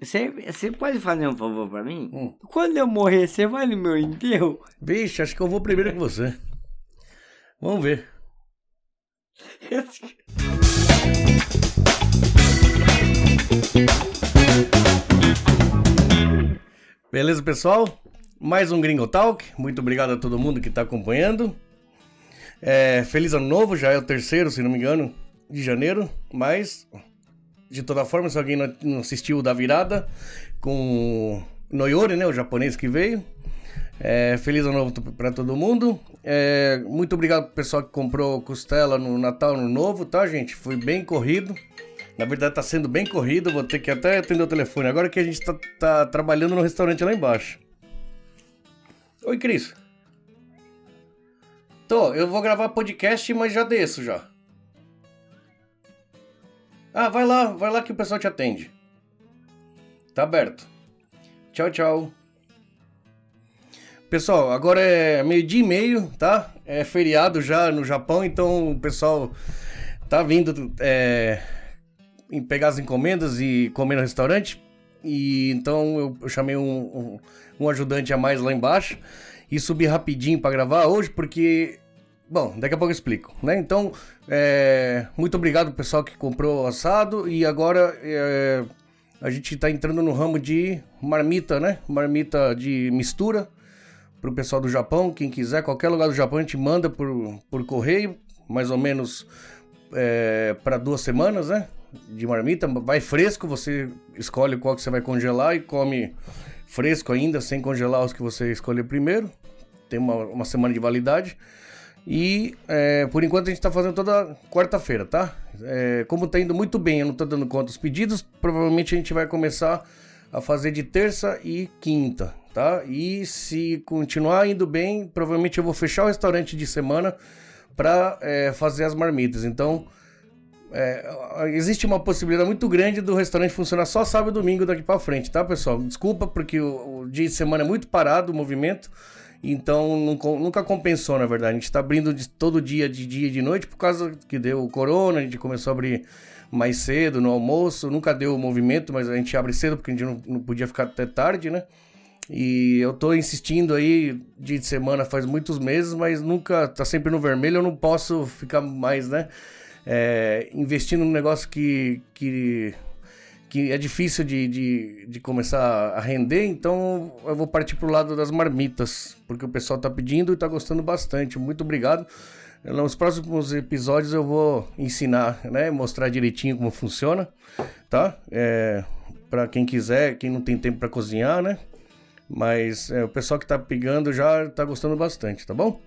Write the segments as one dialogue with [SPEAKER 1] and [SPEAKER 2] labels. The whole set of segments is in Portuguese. [SPEAKER 1] Você, você pode fazer um favor pra mim?
[SPEAKER 2] Hum.
[SPEAKER 1] Quando eu morrer, você vai no meu enterro?
[SPEAKER 2] Vixe, acho que eu vou primeiro que você. Vamos ver. Beleza, pessoal? Mais um Gringo Talk. Muito obrigado a todo mundo que está acompanhando. É, feliz ano novo, já é o terceiro, se não me engano, de janeiro. Mas, de toda forma, se alguém não- não assistiu o da virada com o Noyori, né, o japonês que veio. É, feliz ano novo para todo mundo. É, muito obrigado pro pessoal que comprou costela no Natal, no Novo, tá, gente? Foi bem corrido. Na verdade, tá sendo bem corrido. Vou ter que até atender o telefone agora que a gente tá, tá trabalhando no restaurante lá embaixo. Oi, Cris. Tô, eu vou gravar podcast, mas já desço já. Ah, vai lá, vai lá que o pessoal te atende. Tá aberto. Tchau, tchau. Pessoal, agora é meio-dia e meio, tá? É feriado já no Japão, então o pessoal tá vindo é, em pegar as encomendas e comer no restaurante. E então eu, eu chamei um, um, um ajudante a mais lá embaixo e subi rapidinho pra gravar hoje, porque. Bom, daqui a pouco eu explico, né? Então, é, muito obrigado pro pessoal que comprou o assado e agora é, a gente tá entrando no ramo de marmita, né? Marmita de mistura pro pessoal do Japão. Quem quiser, qualquer lugar do Japão, a gente manda por, por correio, mais ou menos é, para duas semanas, né? De marmita. Vai fresco, você escolhe qual que você vai congelar e come fresco ainda, sem congelar os que você escolher primeiro. Tem uma, uma semana de validade. E é, por enquanto a gente tá fazendo toda quarta-feira, tá? É, como tá indo muito bem, eu não tô dando conta dos pedidos, provavelmente a gente vai começar a fazer de terça e quinta, tá? E se continuar indo bem, provavelmente eu vou fechar o restaurante de semana para fazer as marmitas. Então, é, existe uma possibilidade muito grande do restaurante funcionar só sábado e domingo daqui pra frente, tá, pessoal? Desculpa, porque o, o dia de semana é muito parado o movimento, então não com- nunca compensou, na verdade. A gente tá abrindo de, todo dia, de dia e de noite, por causa que deu o corona, a gente começou a abrir mais cedo no almoço, nunca deu o movimento, mas a gente abre cedo porque a gente não, não podia ficar até tarde, né? E eu tô insistindo aí, dia de semana faz muitos meses, mas nunca, tá sempre no vermelho, eu não posso ficar mais, né? é, investindo num negócio que, que, que é difícil de, de, de começar a render, então eu vou partir pro lado das marmitas, porque o pessoal tá pedindo e tá gostando bastante. Muito obrigado. Nos próximos episódios eu vou ensinar, né? Mostrar direitinho como funciona, tá? É, para quem quiser, quem não tem tempo para cozinhar, né? Mas é, o pessoal que tá pegando já tá gostando bastante, tá bom?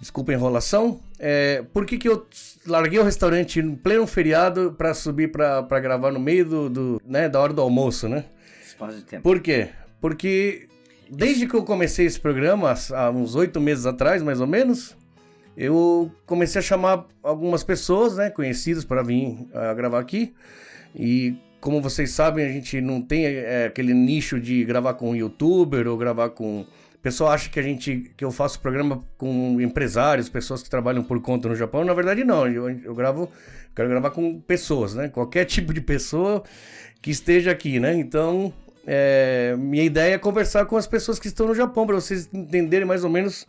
[SPEAKER 2] Desculpa a enrolação. É, por que, que eu larguei o restaurante em pleno feriado pra subir pra pra gravar no meio do, do, né, da hora do almoço, né?
[SPEAKER 1] Espaço de tempo.
[SPEAKER 2] Por quê? Porque desde que eu comecei esse programa, há uns oito meses atrás, mais ou menos, eu comecei a chamar algumas pessoas, né, conhecidas, para vir ah, gravar aqui. E como vocês sabem, a gente não tem eh, aquele nicho de gravar com youtuber ou gravar com. O pessoal acha que a gente que eu faço programa com empresários, pessoas que trabalham por conta no Japão. Na verdade, não. Eu, eu gravo, quero gravar com pessoas, né? Qualquer tipo de pessoa que esteja aqui, né? Então, é, minha ideia é conversar com as pessoas que estão no Japão para vocês entenderem mais ou menos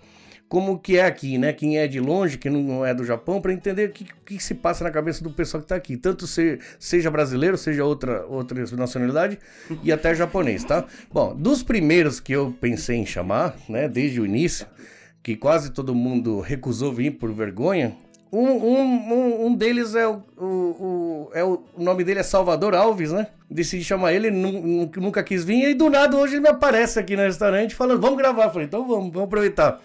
[SPEAKER 2] como que é aqui, né? Quem é de longe, quem não é do Japão, para entender o que, o que se passa na cabeça do pessoal que tá aqui, tanto se- seja brasileiro, seja outra, outra nacionalidade e até japonês, tá? Bom, dos primeiros que eu pensei em chamar, né, desde o início, que quase todo mundo recusou vir por vergonha, um, um, um, um deles é o, o, o- é o, o nome dele é Salvador Alves, né? Decidi chamar ele, nu- nu- nunca quis vir, e do nada hoje ele me aparece aqui no restaurante falando, vamos gravar. Eu Falei, então vamos, vamos aproveitar.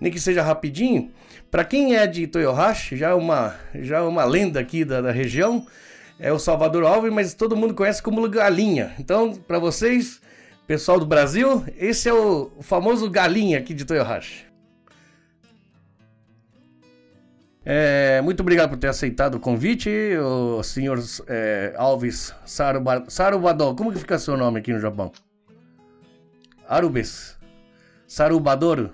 [SPEAKER 2] Nem que seja rapidinho. Pra quem é de Toyohashi, já é uma, já é uma lenda aqui da, da região, é o Salvador Alves, mas todo mundo conhece como Galinha. Então, pra vocês, pessoal do Brasil, esse é o, o famoso Galinha aqui de Toyohashi. É, muito obrigado por ter aceitado o convite, o senhor é, Alves Saruba, Sarubador. Como que fica seu nome aqui no Japão? Arubes. Sarubadoro.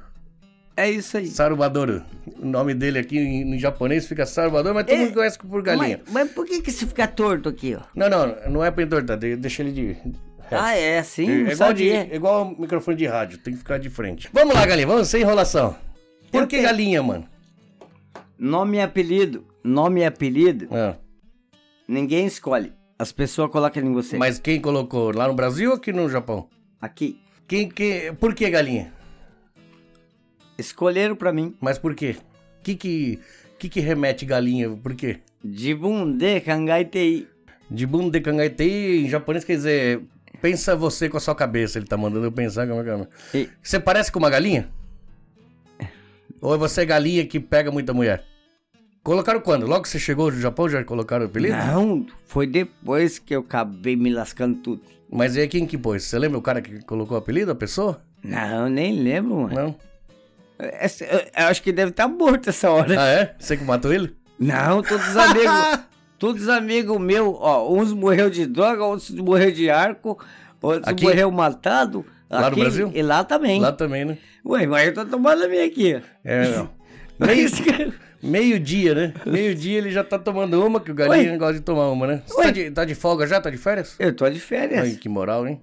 [SPEAKER 1] É isso aí.
[SPEAKER 2] Sarubadoro. O nome dele aqui em, em japonês fica Sarubadoro, mas todo
[SPEAKER 1] É,
[SPEAKER 2] mundo conhece por galinha.
[SPEAKER 1] Mas, mas por que que você fica torto aqui, ó?
[SPEAKER 2] Não, não, não é pra entortar, de- deixa ele de
[SPEAKER 1] Ah, é assim?
[SPEAKER 2] É
[SPEAKER 1] não
[SPEAKER 2] igual, de,
[SPEAKER 1] sabia.
[SPEAKER 2] é igual ao microfone de rádio, tem que ficar de frente. Vamos lá, galinha, vamos sem enrolação. Por
[SPEAKER 1] Eu
[SPEAKER 2] que
[SPEAKER 1] tenho-
[SPEAKER 2] galinha, mano?
[SPEAKER 1] Nome e apelido. Nome e apelido,
[SPEAKER 2] Ah,
[SPEAKER 1] ninguém escolhe. As pessoas colocam em você.
[SPEAKER 2] mas quem colocou? Lá no Brasil ou aqui no Japão?
[SPEAKER 1] Aqui.
[SPEAKER 2] Quem que. Por que galinha?
[SPEAKER 1] Escolheram pra mim.
[SPEAKER 2] Mas por quê? Que que. Que que remete galinha? Por quê?
[SPEAKER 1] Jibunde Kangaitei.
[SPEAKER 2] Jibun de kangaitei em japonês quer dizer. Pensa você com a sua cabeça. Ele tá mandando eu pensar com a minha cabeça.
[SPEAKER 1] E-
[SPEAKER 2] é. Você parece com uma galinha? Ou você é galinha que pega muita mulher? Colocaram quando? Logo que você chegou no Japão já colocaram o apelido?
[SPEAKER 1] Não, foi depois que eu acabei me lascando tudo.
[SPEAKER 2] Mas e aí quem que pôs? Você lembra o cara que colocou o apelido, a pessoa?
[SPEAKER 1] Não, eu nem lembro, mano.
[SPEAKER 2] Não?
[SPEAKER 1] Essa- Eu, eu acho que deve estar morto essa hora.
[SPEAKER 2] Ah, é? Você que matou ele?
[SPEAKER 1] Não, todos os amigos. todos amigos meus, ó, uns morreu de droga, outros morreu de arco, outros
[SPEAKER 2] Aqui?
[SPEAKER 1] morreu matado.
[SPEAKER 2] Lá no
[SPEAKER 1] aqui
[SPEAKER 2] Brasil?
[SPEAKER 1] E lá também.
[SPEAKER 2] Lá também, né?
[SPEAKER 1] Ué, mas eu tô tomando a minha aqui. ó.
[SPEAKER 2] É, não.
[SPEAKER 1] Mas isso que-
[SPEAKER 2] Meio-dia, né? Meio-dia ele já tá tomando uma, que o galinha gosta de tomar uma, né? Você
[SPEAKER 1] Ué.
[SPEAKER 2] tá de, tá de folga já? Tá de férias?
[SPEAKER 1] Eu tô de férias.
[SPEAKER 2] Ai, que moral, hein?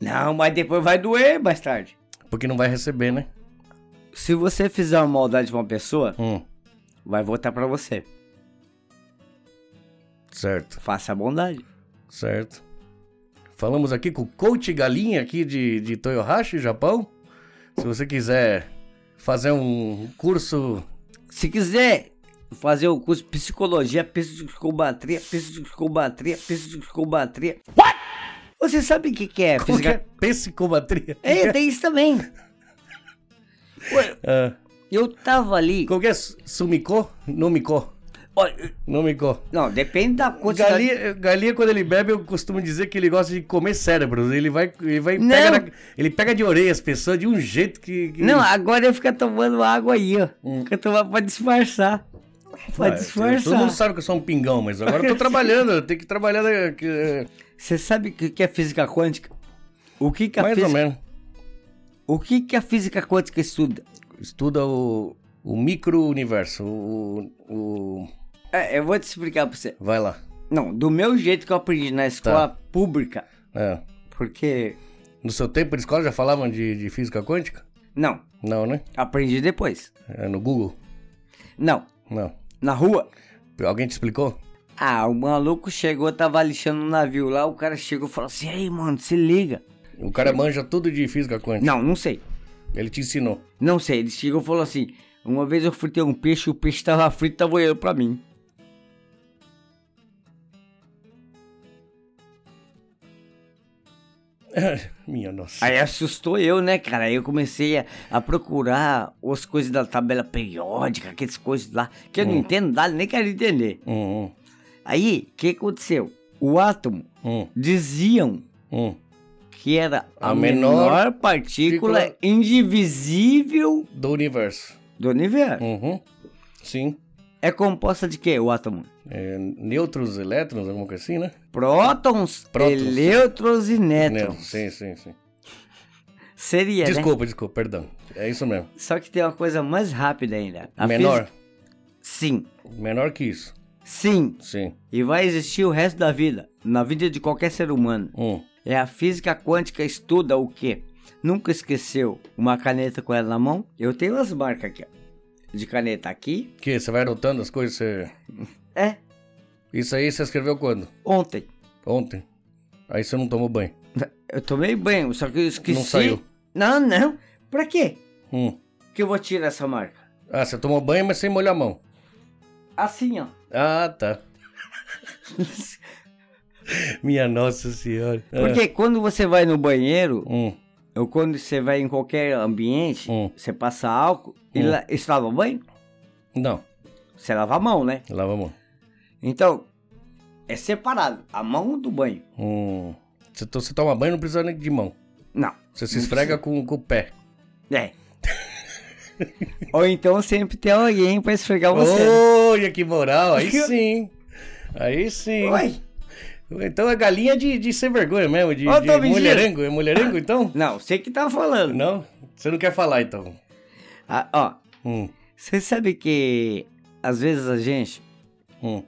[SPEAKER 1] Não, mas depois vai doer mais tarde.
[SPEAKER 2] Porque não vai receber, né?
[SPEAKER 1] Se você fizer uma maldade pra uma pessoa,
[SPEAKER 2] Hum,
[SPEAKER 1] vai voltar pra você.
[SPEAKER 2] certo,
[SPEAKER 1] Faça a bondade.
[SPEAKER 2] certo. Falamos aqui com o coach galinha aqui de, de Toyohashi, Japão. Se você quiser fazer um curso
[SPEAKER 1] Se quiser fazer o curso de psicologia, psicobatria, psicobatria, psicobatria. What? Você sabe o que, que é?
[SPEAKER 2] Como que é?
[SPEAKER 1] Fisica...
[SPEAKER 2] psicobatria.
[SPEAKER 1] É, tem isso também. Ué,
[SPEAKER 2] Ah,
[SPEAKER 1] eu tava ali.
[SPEAKER 2] Qual que é? Sumiko? Nomiko?
[SPEAKER 1] ó, eu-
[SPEAKER 2] Nomiko.
[SPEAKER 1] Não, depende da quantidade.
[SPEAKER 2] Galinha, galinha, quando ele bebe, eu costumo dizer que ele gosta de comer cérebros. Ele vai. Ele, vai
[SPEAKER 1] Não.
[SPEAKER 2] pega na- ele pega de orelha as pessoas de um jeito que. que-
[SPEAKER 1] Não, agora eu fico tomando água aí, ó.
[SPEAKER 2] Hum.
[SPEAKER 1] Fica tomando pra disfarçar. Pra
[SPEAKER 2] Ah, Todo mundo
[SPEAKER 1] disfarçar.
[SPEAKER 2] sabe que eu sou um pingão, mas agora eu tô trabalhando, eu tenho que trabalhar. né, que-
[SPEAKER 1] Você sabe o que que é física quântica? O que que a
[SPEAKER 2] mais ou
[SPEAKER 1] física,
[SPEAKER 2] menos.
[SPEAKER 1] o que que a física quântica estuda?
[SPEAKER 2] Estuda o, o micro-universo. O, o-
[SPEAKER 1] É, eu vou te explicar pra você.
[SPEAKER 2] Vai lá.
[SPEAKER 1] Não, do meu jeito que eu aprendi
[SPEAKER 2] Tá.
[SPEAKER 1] na escola pública,
[SPEAKER 2] É.
[SPEAKER 1] porque
[SPEAKER 2] No seu tempo de escola já falavam de, de física quântica?
[SPEAKER 1] não,
[SPEAKER 2] Não, né?
[SPEAKER 1] aprendi depois.
[SPEAKER 2] É no Google?
[SPEAKER 1] Não,
[SPEAKER 2] Não.
[SPEAKER 1] na rua.
[SPEAKER 2] Alguém te explicou?
[SPEAKER 1] Ah, o maluco chegou, tava lixando um navio lá, o cara chegou e falou assim: "Ei, mano, se liga".
[SPEAKER 2] O cara manja tudo de física quântica.
[SPEAKER 1] Não, não sei.
[SPEAKER 2] Ele te ensinou.
[SPEAKER 1] Não sei, ele chegou e falou assim: "Uma vez eu fritei um peixe, o peixe tava frito, tava olhando pra mim".
[SPEAKER 2] Minha nossa.
[SPEAKER 1] Aí assustou eu, né, cara? Aí eu comecei a, a procurar as coisas da tabela periódica, aquelas coisas lá, que eu não entendo nada, nem quero entender.
[SPEAKER 2] Hum, hum,
[SPEAKER 1] Aí, o que aconteceu? O átomo,
[SPEAKER 2] hum,
[SPEAKER 1] diziam
[SPEAKER 2] hum.
[SPEAKER 1] que era a,
[SPEAKER 2] A menor
[SPEAKER 1] menor, partícula
[SPEAKER 2] partícula-
[SPEAKER 1] indivisível
[SPEAKER 2] Do universo.
[SPEAKER 1] do universo.
[SPEAKER 2] Uhum. Sim.
[SPEAKER 1] É composta de quê, o átomo?
[SPEAKER 2] É, nêutrons, elétrons, alguma coisa assim, né?
[SPEAKER 1] Prótons,
[SPEAKER 2] Prótons.
[SPEAKER 1] elétrons e
[SPEAKER 2] Nêutrons,
[SPEAKER 1] nétrons.
[SPEAKER 2] Sim, sim, sim.
[SPEAKER 1] Seria, né?
[SPEAKER 2] Desculpa, desculpa, perdão. É isso mesmo.
[SPEAKER 1] Só que tem uma coisa mais rápida ainda. A
[SPEAKER 2] Menor.
[SPEAKER 1] física- Sim,
[SPEAKER 2] Menor que isso.
[SPEAKER 1] sim.
[SPEAKER 2] Sim.
[SPEAKER 1] e vai existir o resto da vida, na vida de qualquer ser humano.
[SPEAKER 2] Hum.
[SPEAKER 1] É a física quântica estuda o quê? Nunca esqueceu uma caneta com ela na mão? Eu tenho as marcas aqui, ó. De caneta aqui.
[SPEAKER 2] Que? Você vai anotando as coisas? Você...
[SPEAKER 1] É,
[SPEAKER 2] Isso aí você escreveu quando?
[SPEAKER 1] ontem.
[SPEAKER 2] Ontem. Aí você não tomou banho.
[SPEAKER 1] Eu tomei banho, só que eu esqueci.
[SPEAKER 2] Não saiu.
[SPEAKER 1] Não, não. Pra quê
[SPEAKER 2] Hum.
[SPEAKER 1] que eu vou tirar essa marca?
[SPEAKER 2] Ah, você tomou banho, mas sem molhar a mão.
[SPEAKER 1] Assim, ó.
[SPEAKER 2] Ah, tá. Minha nossa senhora.
[SPEAKER 1] Porque quando você vai no banheiro,
[SPEAKER 2] Ah. Hum.
[SPEAKER 1] ou quando você vai em qualquer ambiente,
[SPEAKER 2] Hum.
[SPEAKER 1] você passa álcool e
[SPEAKER 2] Hum.
[SPEAKER 1] la... isso lava banho?
[SPEAKER 2] Não,
[SPEAKER 1] Você lava a mão, né?
[SPEAKER 2] lava a mão.
[SPEAKER 1] Então, é separado a mão do banho.
[SPEAKER 2] Hum. Você, to- você toma banho, não precisa nem de mão.
[SPEAKER 1] Não.
[SPEAKER 2] Você se esfrega com, com o pé.
[SPEAKER 1] É. Ou então sempre tem alguém pra esfregar Então você.
[SPEAKER 2] Olha que moral, aí sim. Aí sim.
[SPEAKER 1] Ué.
[SPEAKER 2] Então a galinha é de, de sem vergonha mesmo, de,
[SPEAKER 1] Ô,
[SPEAKER 2] de
[SPEAKER 1] tô mentindo.
[SPEAKER 2] mulherengo. É mulherengo então?
[SPEAKER 1] Não, sei que tá falando.
[SPEAKER 2] Não? Você não quer falar então?
[SPEAKER 1] Ah, ó,
[SPEAKER 2] Hum,
[SPEAKER 1] você sabe que às vezes a gente
[SPEAKER 2] hum.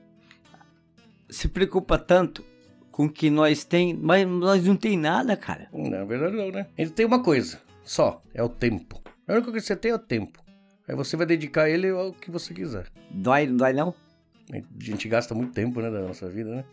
[SPEAKER 1] se preocupa tanto com o que nós tem, mas nós não tem nada, cara.
[SPEAKER 2] Na verdade, não, né? Ele tem uma coisa só: é o tempo. A única coisa que você tem é o tempo. Aí você vai dedicar ele ao que você quiser.
[SPEAKER 1] Dói, não dói não?
[SPEAKER 2] A gente gasta muito tempo, né, da nossa vida, né?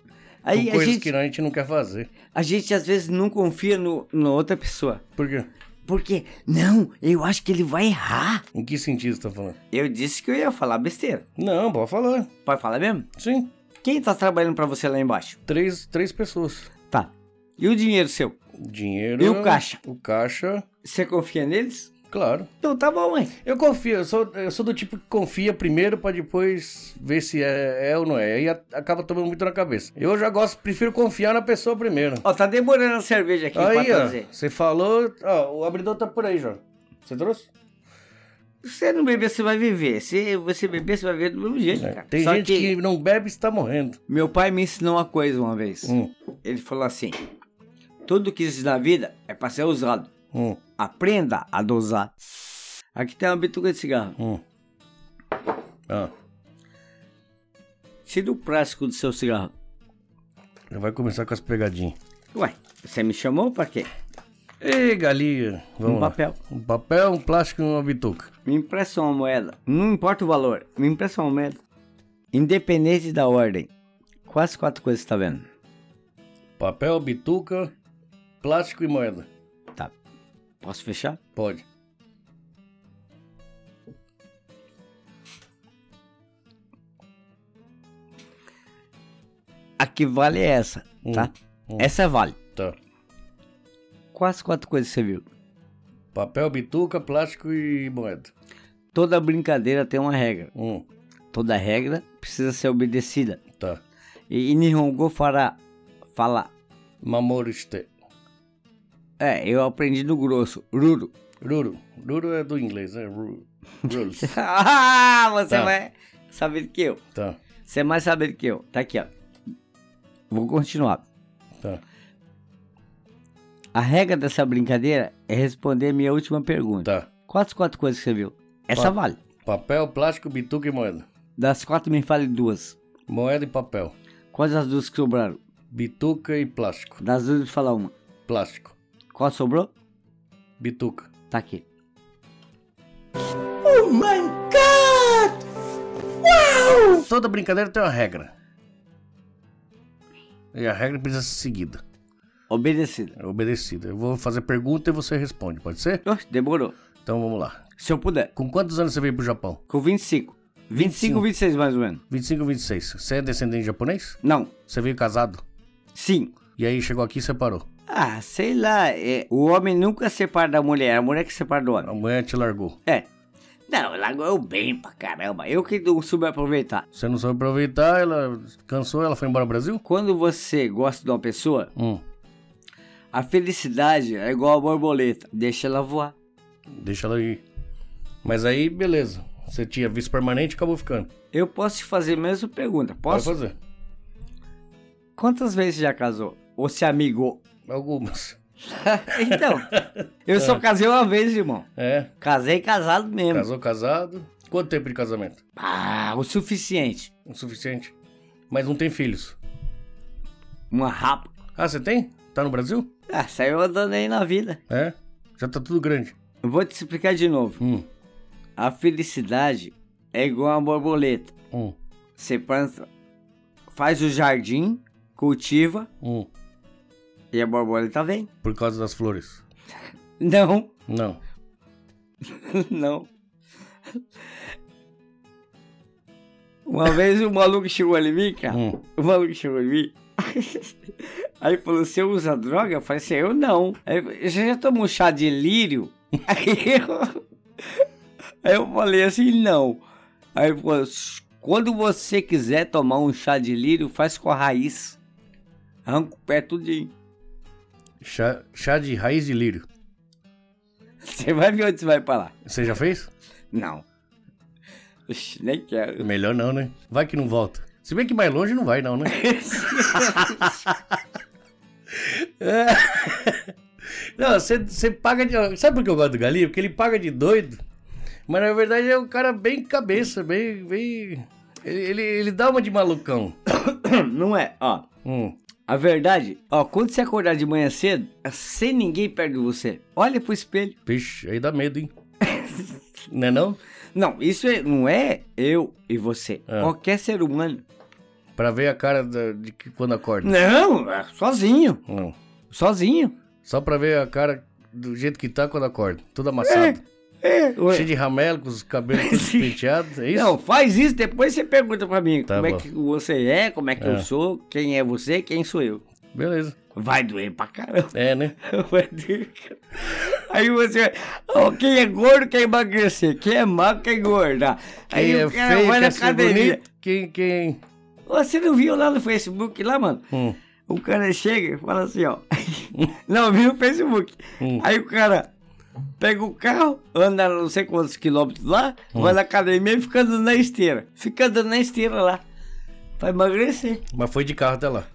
[SPEAKER 1] Aí
[SPEAKER 2] Com
[SPEAKER 1] a
[SPEAKER 2] coisas
[SPEAKER 1] gente,
[SPEAKER 2] que a gente não quer fazer.
[SPEAKER 1] a gente às vezes não confia no, na outra pessoa.
[SPEAKER 2] Por quê?
[SPEAKER 1] Porque, não, eu acho que ele vai errar.
[SPEAKER 2] Em que sentido você tá falando?
[SPEAKER 1] Eu disse que eu ia falar besteira.
[SPEAKER 2] Não, pode falar.
[SPEAKER 1] Pode falar mesmo?
[SPEAKER 2] Sim.
[SPEAKER 1] Quem tá trabalhando pra você lá embaixo?
[SPEAKER 2] Três, três pessoas.
[SPEAKER 1] Tá. E o dinheiro seu?
[SPEAKER 2] Dinheiro.
[SPEAKER 1] E o caixa?
[SPEAKER 2] O caixa,
[SPEAKER 1] Você confia neles?
[SPEAKER 2] claro.
[SPEAKER 1] Então tá bom, hein?
[SPEAKER 2] Eu confio, eu sou, eu sou do tipo que confia primeiro pra depois ver se é, é ou não é. Aí a- acaba tomando muito na cabeça. Eu já gosto, prefiro confiar na pessoa primeiro.
[SPEAKER 1] Ó, tá demorando a cerveja aqui
[SPEAKER 2] Aí,
[SPEAKER 1] pra
[SPEAKER 2] ó,
[SPEAKER 1] trazer.
[SPEAKER 2] você falou. Ó, o abridor tá por aí, João. Você trouxe?
[SPEAKER 1] Se você não beber, você vai viver. Se você beber, você vai viver do mesmo jeito, cara.
[SPEAKER 2] É, Tem
[SPEAKER 1] É. Só
[SPEAKER 2] gente que... não bebe e está morrendo.
[SPEAKER 1] Meu pai me ensinou uma coisa uma vez.
[SPEAKER 2] Hum,
[SPEAKER 1] Ele falou assim: tudo que existe na vida é pra ser usado.
[SPEAKER 2] hum,
[SPEAKER 1] Aprenda a dosar. Aqui tem uma bituca de cigarro.
[SPEAKER 2] hum. Ah,
[SPEAKER 1] Tira o plástico do seu cigarro.
[SPEAKER 2] já vai começar com as pegadinhas.
[SPEAKER 1] Ué, você me chamou pra quê?
[SPEAKER 2] Ei, galinha. Vamos
[SPEAKER 1] um
[SPEAKER 2] lá.
[SPEAKER 1] papel.
[SPEAKER 2] Um papel, um plástico e uma bituca.
[SPEAKER 1] Me empresta uma moeda. Não importa o valor. Me empresta uma moeda. Independente da ordem. Quais quatro coisas você tá vendo?
[SPEAKER 2] Papel, bituca, plástico e moeda.
[SPEAKER 1] Tá. Posso fechar?
[SPEAKER 2] Pode.
[SPEAKER 1] A que vale é essa, tá?
[SPEAKER 2] hum.
[SPEAKER 1] Essa vale.
[SPEAKER 2] Tá.
[SPEAKER 1] Quais quatro coisas você viu?
[SPEAKER 2] Papel, bituca, plástico e moeda.
[SPEAKER 1] Toda brincadeira tem uma regra.
[SPEAKER 2] Hum,
[SPEAKER 1] Toda regra precisa ser obedecida.
[SPEAKER 2] tá.
[SPEAKER 1] E, e Nihongo fará, fala.
[SPEAKER 2] Mamoriste.
[SPEAKER 1] É, eu aprendi no grosso. Ruru.
[SPEAKER 2] Ruru. Ruru é do inglês, né? Ru- Rules.
[SPEAKER 1] ah, você
[SPEAKER 2] Tá.
[SPEAKER 1] vai saber que eu.
[SPEAKER 2] tá,
[SPEAKER 1] Você é mais saber que eu. Tá aqui, ó. Vou continuar.
[SPEAKER 2] tá.
[SPEAKER 1] A regra dessa brincadeira é responder minha última pergunta.
[SPEAKER 2] Tá.
[SPEAKER 1] Quais quatro coisas que você viu? Essa
[SPEAKER 2] Quatro.
[SPEAKER 1] vale.
[SPEAKER 2] Papel, plástico, bituca e moeda.
[SPEAKER 1] Das quatro, me fale duas.
[SPEAKER 2] Moeda e papel.
[SPEAKER 1] Quais as duas que sobraram?
[SPEAKER 2] Bituca e plástico.
[SPEAKER 1] Das duas, me fala uma.
[SPEAKER 2] Plástico.
[SPEAKER 1] Qual sobrou?
[SPEAKER 2] Bituca.
[SPEAKER 1] Tá aqui. Oh my god! Uau!
[SPEAKER 2] Toda brincadeira tem uma regra. E a regra precisa ser seguida.
[SPEAKER 1] Obedecido.
[SPEAKER 2] É obedecida. Eu vou fazer pergunta e você responde, pode ser?
[SPEAKER 1] Oxe, demorou.
[SPEAKER 2] Então vamos lá.
[SPEAKER 1] Se eu puder.
[SPEAKER 2] Com quantos anos você veio pro Japão?
[SPEAKER 1] Com 25. 25, 26 mais ou menos.
[SPEAKER 2] 25 26. Você é descendente de japonês?
[SPEAKER 1] Não.
[SPEAKER 2] Você veio casado?
[SPEAKER 1] Sim.
[SPEAKER 2] E aí chegou aqui e separou.
[SPEAKER 1] Ah, sei lá. é, o homem nunca separa da mulher. A mulher que separa do homem.
[SPEAKER 2] A mulher te largou.
[SPEAKER 1] É. Não, ela ganhou bem pra caramba. Eu que não soube aproveitar.
[SPEAKER 2] Você não soube aproveitar, ela cansou, ela foi embora pro Brasil?
[SPEAKER 1] Quando você gosta de uma pessoa,
[SPEAKER 2] Hum.
[SPEAKER 1] a felicidade é igual a borboleta. Deixa ela voar.
[SPEAKER 2] Deixa ela ir. Mas aí, beleza. Você tinha visto permanente e acabou ficando.
[SPEAKER 1] Eu posso te fazer a mesma pergunta.
[SPEAKER 2] Pode
[SPEAKER 1] Posso?
[SPEAKER 2] fazer.
[SPEAKER 1] Quantas vezes você já casou? Ou se amigou?
[SPEAKER 2] Algumas.
[SPEAKER 1] então, eu só casei uma vez, irmão.
[SPEAKER 2] É.
[SPEAKER 1] Casei casado mesmo.
[SPEAKER 2] Ah. Casou casado. Quanto tempo de casamento?
[SPEAKER 1] Ah, o suficiente.
[SPEAKER 2] O suficiente. Mas não tem filhos.
[SPEAKER 1] Uma rapa.
[SPEAKER 2] Ah, você tem? Tá no Brasil?
[SPEAKER 1] Ah, saiu andando aí na vida.
[SPEAKER 2] É. Já tá tudo grande.
[SPEAKER 1] Eu vou te explicar de novo.
[SPEAKER 2] Hum.
[SPEAKER 1] A felicidade é igual a borboleta.
[SPEAKER 2] Hum.
[SPEAKER 1] Você planta, faz o jardim, cultiva
[SPEAKER 2] Hum.
[SPEAKER 1] e a borboleta vem.
[SPEAKER 2] Por causa das flores.
[SPEAKER 1] Não,
[SPEAKER 2] Não.
[SPEAKER 1] não. Uma vez um maluco chegou ali em mim, cara.
[SPEAKER 2] Hum.
[SPEAKER 1] O maluco chegou em mim. Aí falou, você usa droga? Eu falei assim, eu não. Aí, ele falou, você já tomou um chá de lírio? Aí eu, aí eu falei assim, não. Aí ele falou, "Shh, quando você quiser tomar um chá de lírio, faz com a raiz. Arranca o pé tudinho.
[SPEAKER 2] Chá, chá de raiz de lírio.
[SPEAKER 1] Você vai ver onde você vai parar.
[SPEAKER 2] Você já fez?
[SPEAKER 1] Não. Ixi, nem quero.
[SPEAKER 2] Melhor não, né? Vai que não volta. Se bem que mais longe não vai, não, né? Não, você- você paga de. Sabe por que eu gosto do Galinha? Porque ele paga de doido. Mas na verdade é um cara bem cabeça, bem. bem... Ele, ele, ele dá uma de malucão.
[SPEAKER 1] não é, ó.
[SPEAKER 2] Hum,
[SPEAKER 1] A verdade, ó, quando você acordar de manhã cedo, sem ninguém perto de você, olha pro espelho.
[SPEAKER 2] Vixe, aí dá medo, hein? não é não?
[SPEAKER 1] Não, isso é- não é eu e você.
[SPEAKER 2] Ah.
[SPEAKER 1] Qualquer ser humano.
[SPEAKER 2] Pra ver a cara da- de que quando acorda.
[SPEAKER 1] Não, é sozinho.
[SPEAKER 2] Não.
[SPEAKER 1] Sozinho.
[SPEAKER 2] Só pra ver a cara do jeito que tá quando acorda. Tudo amassado.
[SPEAKER 1] É, Ué.
[SPEAKER 2] Cheio de ramelo, com os cabelos todos
[SPEAKER 1] Sim.
[SPEAKER 2] penteados. É isso?
[SPEAKER 1] Não, faz isso, depois você pergunta pra mim
[SPEAKER 2] Tá
[SPEAKER 1] como
[SPEAKER 2] bom.
[SPEAKER 1] é que você é, como é que eu sou, quem é você, quem sou eu.
[SPEAKER 2] Beleza.
[SPEAKER 1] Vai doer pra caramba.
[SPEAKER 2] É, né?
[SPEAKER 1] Vai doer, cara. Aí você vai, ó, quem é gordo quer emagrecer, quem é magro quer engordar. Aí
[SPEAKER 2] Quem é
[SPEAKER 1] o cara
[SPEAKER 2] feio,
[SPEAKER 1] vai
[SPEAKER 2] quer
[SPEAKER 1] na
[SPEAKER 2] ser
[SPEAKER 1] acadeirinha.
[SPEAKER 2] bonito. Quem, quem...
[SPEAKER 1] Você não viu lá no Facebook, lá, mano?
[SPEAKER 2] Hum.
[SPEAKER 1] O cara chega e fala assim, ó. Não, viu no Facebook.
[SPEAKER 2] Hum.
[SPEAKER 1] Aí o cara pega o carro, anda não sei quantos quilômetros lá,
[SPEAKER 2] Hum.
[SPEAKER 1] vai na academia e fica andando na esteira. Fica andando na esteira lá. Pra emagrecer.
[SPEAKER 2] Mas foi de carro até lá.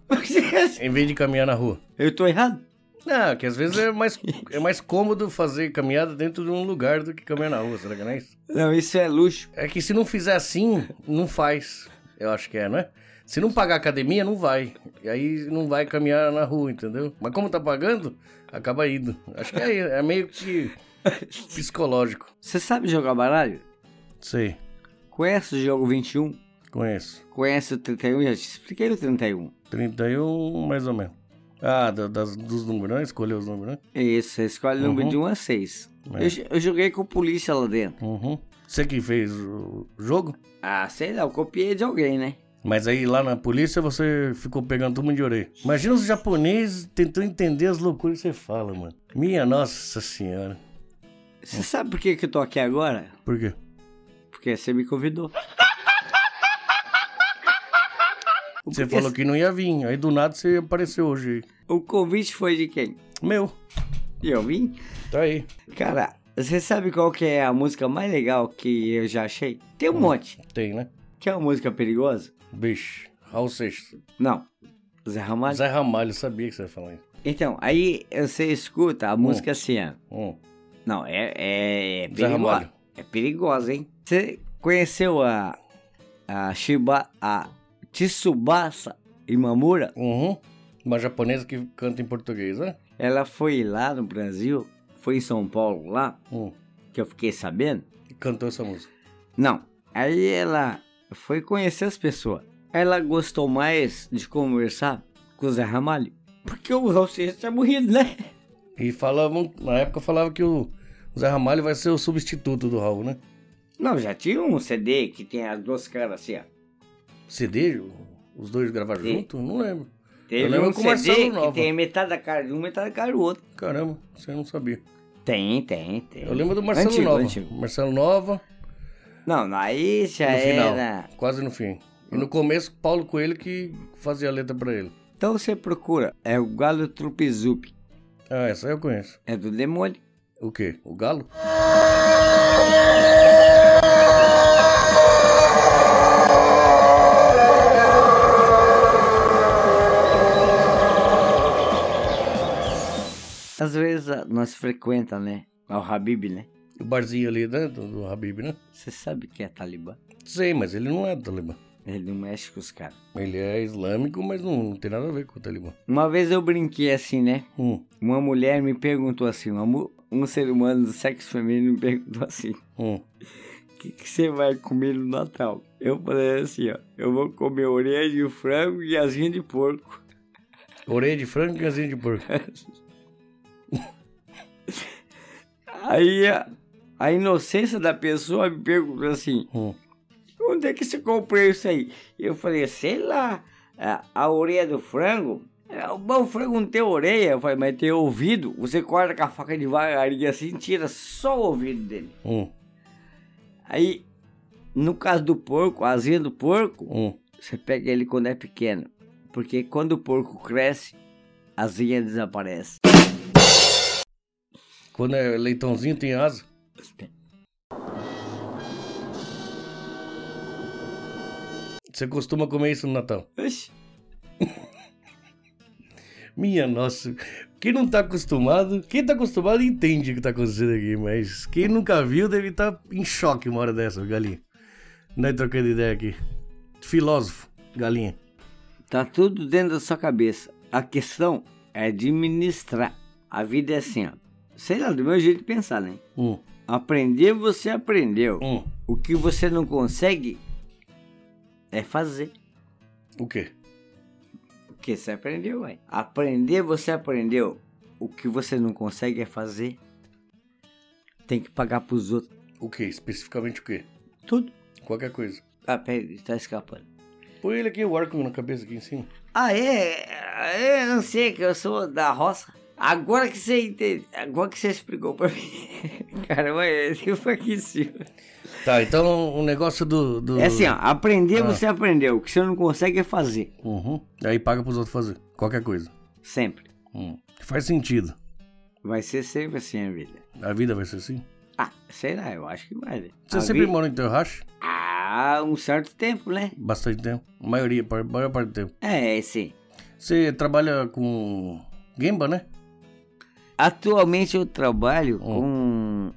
[SPEAKER 2] Em vez de caminhar na rua.
[SPEAKER 1] Eu tô errado?
[SPEAKER 2] Não, que às vezes é mais, é mais cômodo fazer caminhada dentro de um lugar do que caminhar na rua, será que não é isso?
[SPEAKER 1] Não, isso é luxo.
[SPEAKER 2] É que se não fizer assim, não faz. Eu acho que é, não é? Se não pagar academia, não vai. E aí não vai caminhar na rua, entendeu? Mas como tá pagando, acaba indo. Acho que é, é meio que psicológico.
[SPEAKER 1] Você sabe jogar baralho?
[SPEAKER 2] Sei,
[SPEAKER 1] Conhece o jogo 21?
[SPEAKER 2] conheço.
[SPEAKER 1] Conhece o 31? Já te expliquei o 31.
[SPEAKER 2] 31, mais ou menos. Ah, da- das, dos números, né? Escolheu os números, né?
[SPEAKER 1] Isso, você escolhe o número de 1 a 6.
[SPEAKER 2] É.
[SPEAKER 1] Eu, jo- eu joguei com polícia lá dentro.
[SPEAKER 2] Uhum. Você que fez o jogo?
[SPEAKER 1] Ah, sei lá, eu copiei de alguém, né?
[SPEAKER 2] Mas aí lá na polícia você ficou pegando todo mundo de orelha. Imagina os japoneses tentando entender as loucuras que você fala, mano. Minha nossa senhora. É.
[SPEAKER 1] Você sabe por que, que eu tô aqui agora?
[SPEAKER 2] Por quê?
[SPEAKER 1] Porque você me convidou.
[SPEAKER 2] Você
[SPEAKER 1] Porque
[SPEAKER 2] falou que não ia vir, aí do nada você apareceu hoje. aí.
[SPEAKER 1] O convite foi de quem?
[SPEAKER 2] Meu,
[SPEAKER 1] E eu vim?
[SPEAKER 2] tá aí.
[SPEAKER 1] Cara, você sabe qual que é a música mais legal que eu já achei? Tem um monte.
[SPEAKER 2] Tem, né?
[SPEAKER 1] Quer uma música perigosa?
[SPEAKER 2] Bicho, Raul Seixas.
[SPEAKER 1] Não. Zé Ramalho?
[SPEAKER 2] Zé Ramalho, sabia que você ia falar isso.
[SPEAKER 1] Então, aí você escuta a música assim, ó.
[SPEAKER 2] Hum,
[SPEAKER 1] Não, é, é, é
[SPEAKER 2] Zé
[SPEAKER 1] perigosa.
[SPEAKER 2] Ramalho.
[SPEAKER 1] É perigosa, hein? Você conheceu a, a Shiba, a Tsubasa Imamura?
[SPEAKER 2] Uhum. Uma japonesa que canta em português, né?
[SPEAKER 1] Ela foi lá no Brasil, foi em São Paulo lá,
[SPEAKER 2] Hum.
[SPEAKER 1] que eu fiquei sabendo.
[SPEAKER 2] E cantou essa música.
[SPEAKER 1] Não. Aí ela foi conhecer as pessoas. Ela gostou mais de conversar com o Zé Ramalho. Porque o Raul Seixas tinha morrido, né?
[SPEAKER 2] E falavam, na época falava que o Zé Ramalho vai ser o substituto do Raul, né?
[SPEAKER 1] Não, já tinha um CD que tem as duas caras assim, ó.
[SPEAKER 2] CD? Os dois gravaram
[SPEAKER 1] Sim.
[SPEAKER 2] junto? Não lembro. Eu
[SPEAKER 1] Teve
[SPEAKER 2] lembro
[SPEAKER 1] um
[SPEAKER 2] com o Marcelo
[SPEAKER 1] CD
[SPEAKER 2] Nova.
[SPEAKER 1] que tem metade da cara de um, metade da cara do outro.
[SPEAKER 2] Caramba, você não sabia.
[SPEAKER 1] Tem, tem, tem.
[SPEAKER 2] Eu lembro do Marcelo
[SPEAKER 1] É Antigo,
[SPEAKER 2] Nova.
[SPEAKER 1] antigo.
[SPEAKER 2] Marcelo Nova,
[SPEAKER 1] Não, aí já
[SPEAKER 2] no final.
[SPEAKER 1] era.
[SPEAKER 2] Quase no fim. E no começo, Paulo Coelho que fazia a letra pra ele.
[SPEAKER 1] Então você procura. É o Galo Trupizup.
[SPEAKER 2] Ah, essa eu conheço.
[SPEAKER 1] É do demônio.
[SPEAKER 2] O quê? O Galo?
[SPEAKER 1] Às vezes ah, nós frequenta, né? Ao Habib, né?
[SPEAKER 2] O barzinho ali, né? Do, do Habib, né?
[SPEAKER 1] Você sabe que é Talibã?
[SPEAKER 2] Sei, mas ele não é do Talibã.
[SPEAKER 1] Ele não mexe com os caras.
[SPEAKER 2] Ele é islâmico, mas não, não tem nada a ver com o Talibã.
[SPEAKER 1] Uma vez eu brinquei assim, né?
[SPEAKER 2] Hum,
[SPEAKER 1] Uma mulher me perguntou assim, uma mu- um ser humano do sexo feminino me perguntou assim,
[SPEAKER 2] hum.
[SPEAKER 1] o que, que você vai comer no Natal? Eu falei assim, ó, eu vou comer orelha de frango e asinha de porco.
[SPEAKER 2] Orelha de frango e casinha de porco.
[SPEAKER 1] Aí a, a inocência da pessoa me perguntou assim,
[SPEAKER 2] Hum.
[SPEAKER 1] onde é que você comprou isso aí? Eu falei, sei lá, a, a orelha do frango... é, O bom frango não tem orelha, eu falei, mas tem ouvido. Você corta com a faca devagarinho assim, tira só o ouvido dele.
[SPEAKER 2] Hum,
[SPEAKER 1] Aí, no caso do porco, a asinha do porco,
[SPEAKER 2] hum.
[SPEAKER 1] você pega ele quando é pequeno. Porque quando o porco cresce, a asinha desaparece.
[SPEAKER 2] Quando é leitãozinho, tem asa. Você costuma comer isso no Natal?
[SPEAKER 1] Oxi,
[SPEAKER 2] Minha nossa. Quem não tá acostumado, quem tá acostumado entende o que tá acontecendo aqui, mas quem nunca viu deve estar tá em choque uma hora dessa, galinha. é Nós trocando ideia aqui. Filósofo, galinha.
[SPEAKER 1] tá tudo dentro da sua cabeça. A questão é administrar. A vida é assim, ó. Sei lá, do meu jeito de pensar, né?
[SPEAKER 2] Hum,
[SPEAKER 1] Aprender, você aprendeu.
[SPEAKER 2] hum.
[SPEAKER 1] O que você não consegue é fazer.
[SPEAKER 2] O quê?
[SPEAKER 1] O que você aprendeu, ué. Aprender, você aprendeu. O que você não consegue é fazer. Tem que pagar pros outros.
[SPEAKER 2] O quê? Especificamente o quê?
[SPEAKER 1] Tudo.
[SPEAKER 2] Qualquer coisa.
[SPEAKER 1] Ah, peraí, tá escapando.
[SPEAKER 2] Põe ele aqui, o arco na cabeça aqui em cima.
[SPEAKER 1] Ah, é? é, Eu não sei, que eu sou da roça. Agora que você entende. Agora que você explicou pra mim. Caramba, é tipo aqui em cima.
[SPEAKER 2] Tá, então o negócio do. do...
[SPEAKER 1] É assim, ó. Aprender,
[SPEAKER 2] Ah.
[SPEAKER 1] você aprendeu. O que você não consegue é fazer.
[SPEAKER 2] Uhum. Aí paga pros outros fazer. Qualquer coisa.
[SPEAKER 1] Sempre.
[SPEAKER 2] Hum. Faz sentido.
[SPEAKER 1] Vai ser sempre assim a vida.
[SPEAKER 2] A vida vai ser assim?
[SPEAKER 1] Ah, sei lá, eu acho que vai. né?
[SPEAKER 2] Você
[SPEAKER 1] A
[SPEAKER 2] sempre
[SPEAKER 1] vida-
[SPEAKER 2] mora em Terrache?
[SPEAKER 1] Há um certo tempo, né?
[SPEAKER 2] Bastante tempo. A maioria, par- maior parte do tempo.
[SPEAKER 1] É, sim.
[SPEAKER 2] Você trabalha com Gemba, né?
[SPEAKER 1] Atualmente eu trabalho
[SPEAKER 2] Hum.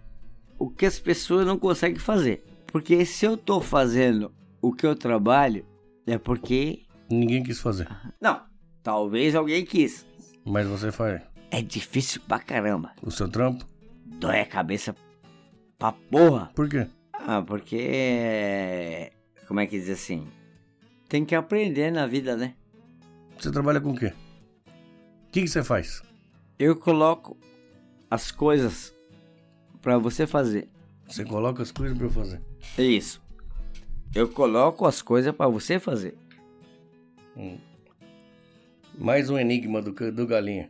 [SPEAKER 1] com o que as pessoas não conseguem fazer. Porque se eu tô fazendo o que eu trabalho, é porque.
[SPEAKER 2] Ninguém quis fazer.
[SPEAKER 1] Não, talvez alguém quis.
[SPEAKER 2] Mas você faz
[SPEAKER 1] É difícil pra caramba.
[SPEAKER 2] o seu trampo.
[SPEAKER 1] Dói a cabeça pra porra.
[SPEAKER 2] Por quê?
[SPEAKER 1] Ah, porque. Como é que diz assim? Tem que aprender na vida, né?
[SPEAKER 2] Você trabalha com o quê? O que, que você faz?
[SPEAKER 1] Eu coloco as coisas pra você fazer.
[SPEAKER 2] Você coloca as coisas pra eu fazer.
[SPEAKER 1] É isso. Eu coloco as coisas pra você fazer.
[SPEAKER 2] Mais um enigma do, ca- do galinha.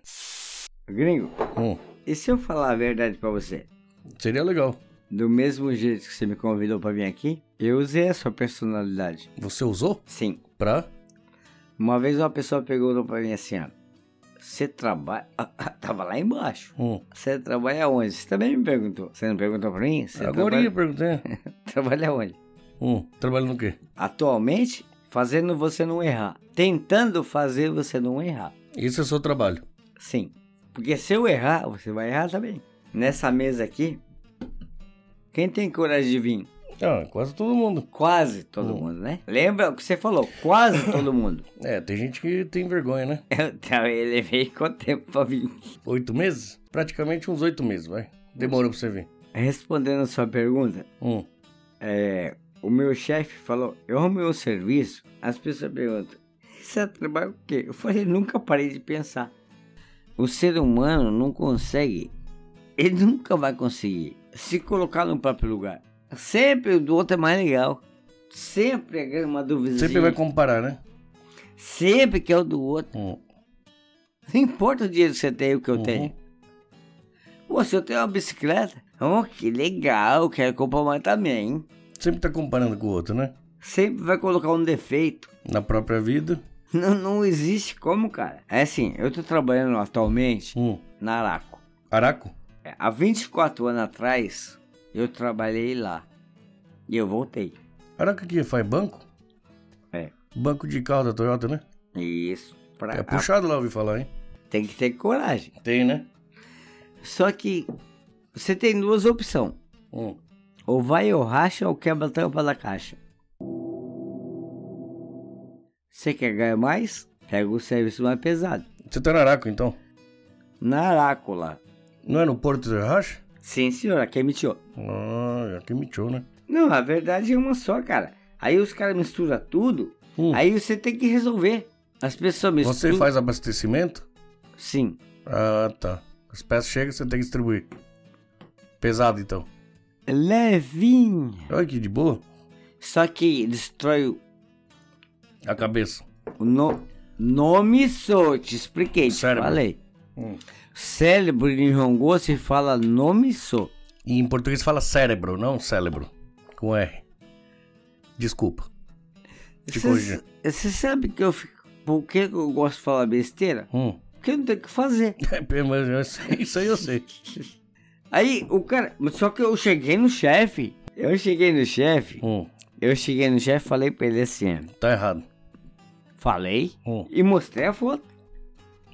[SPEAKER 1] Gringo,
[SPEAKER 2] Hum.
[SPEAKER 1] e se eu falar a verdade pra você?
[SPEAKER 2] Seria legal.
[SPEAKER 1] Do mesmo jeito que você me convidou pra vir aqui, eu usei a sua personalidade.
[SPEAKER 2] Você usou
[SPEAKER 1] Sim.
[SPEAKER 2] pra.
[SPEAKER 1] Uma vez uma pessoa perguntou pra mim assim, ó. Você trabalha... Tava lá embaixo.
[SPEAKER 2] Hum.
[SPEAKER 1] Você trabalha onde? Você também me perguntou. Você não perguntou pra mim? Você
[SPEAKER 2] É Agora eu
[SPEAKER 1] trabalha...
[SPEAKER 2] ia perguntar.
[SPEAKER 1] trabalha onde?
[SPEAKER 2] Hum. Trabalha no quê?
[SPEAKER 1] Atualmente, fazendo você não errar. Tentando fazer você não errar.
[SPEAKER 2] Esse é o seu trabalho.
[SPEAKER 1] Sim. Porque se eu errar, você vai errar também. Nessa mesa aqui, quem tem coragem de vir?
[SPEAKER 2] Ah, quase todo mundo.
[SPEAKER 1] Quase todo mundo, né? Lembra o que você falou? Quase todo mundo.
[SPEAKER 2] É, tem gente que tem vergonha, né?
[SPEAKER 1] Eu também levei quanto tempo pra vir?
[SPEAKER 2] Oito meses? Praticamente uns oito meses, vai. Demorou pra você vir.
[SPEAKER 1] Respondendo a sua pergunta,
[SPEAKER 2] Hum.
[SPEAKER 1] é, o meu chefe falou: Eu arrumei um serviço. As pessoas perguntam: Você trabalha com o quê? Eu falei: Nunca parei de pensar. O ser humano não consegue, ele nunca vai conseguir se colocar no próprio lugar. Sempre o do outro é mais legal. Sempre a grama do vizinho.
[SPEAKER 2] Sempre vai comparar, né?
[SPEAKER 1] Sempre que é o do outro.
[SPEAKER 2] Hum.
[SPEAKER 1] Não importa o dinheiro que você tem, o que eu
[SPEAKER 2] Uhum.
[SPEAKER 1] tenho. Pô, se eu tenho uma bicicleta, oh, que legal, quero comprar uma também.
[SPEAKER 2] Sempre tá comparando com o outro, né?
[SPEAKER 1] Sempre vai colocar um defeito.
[SPEAKER 2] Na própria vida.
[SPEAKER 1] Não, não existe como, cara. É assim, eu tô trabalhando atualmente
[SPEAKER 2] Hum.
[SPEAKER 1] na Araco.
[SPEAKER 2] Araco?
[SPEAKER 1] É, Há 24 anos atrás, eu trabalhei lá. E eu voltei.
[SPEAKER 2] Araco que faz banco?
[SPEAKER 1] É.
[SPEAKER 2] Banco de carro da Toyota, né?
[SPEAKER 1] Isso. Pra,
[SPEAKER 2] É puxado lá, ouvi falar, hein?
[SPEAKER 1] tem que ter coragem.
[SPEAKER 2] Tem, né?
[SPEAKER 1] Só que você tem duas opções.
[SPEAKER 2] Hum.
[SPEAKER 1] Ou vai ou racha ou quebra a tampa da caixa. Você quer ganhar mais? Pega o serviço mais pesado.
[SPEAKER 2] Você tá no Araco, então?
[SPEAKER 1] Na Arácula.
[SPEAKER 2] Não é no Porto de Racha?
[SPEAKER 1] Sim, senhora, quem me tirou?
[SPEAKER 2] Ah, aqui me show, né?
[SPEAKER 1] Não, a verdade é uma só, cara. Aí os caras misturam tudo,
[SPEAKER 2] Hum.
[SPEAKER 1] aí você tem que resolver. As pessoas misturam.
[SPEAKER 2] Você faz abastecimento?
[SPEAKER 1] Sim,
[SPEAKER 2] Ah, tá. As peças chegam, você tem que distribuir. Pesado, então.
[SPEAKER 1] levinho.
[SPEAKER 2] Olha que de boa.
[SPEAKER 1] Só que destrói o
[SPEAKER 2] A cabeça.
[SPEAKER 1] o no... nome só. Te expliquei, te
[SPEAKER 2] Cérebro.
[SPEAKER 1] falei.
[SPEAKER 2] Hum.
[SPEAKER 1] Cérebro em Hongo se fala nome só.
[SPEAKER 2] E em português fala cérebro, não cérebro. Com R. Desculpa. Te corrigir.
[SPEAKER 1] Você sabe que eu fico. Por que que eu gosto de falar besteira?
[SPEAKER 2] Hum.
[SPEAKER 1] Porque eu não tenho o que fazer.
[SPEAKER 2] Mas eu sei- Isso aí eu sei.
[SPEAKER 1] Aí o cara. mas Só que eu cheguei no chefe. Eu cheguei no chefe.
[SPEAKER 2] Hum.
[SPEAKER 1] Eu cheguei no chefe e falei pra ele assim. ó,
[SPEAKER 2] Tá errado.
[SPEAKER 1] Falei
[SPEAKER 2] Hum.
[SPEAKER 1] e mostrei a foto.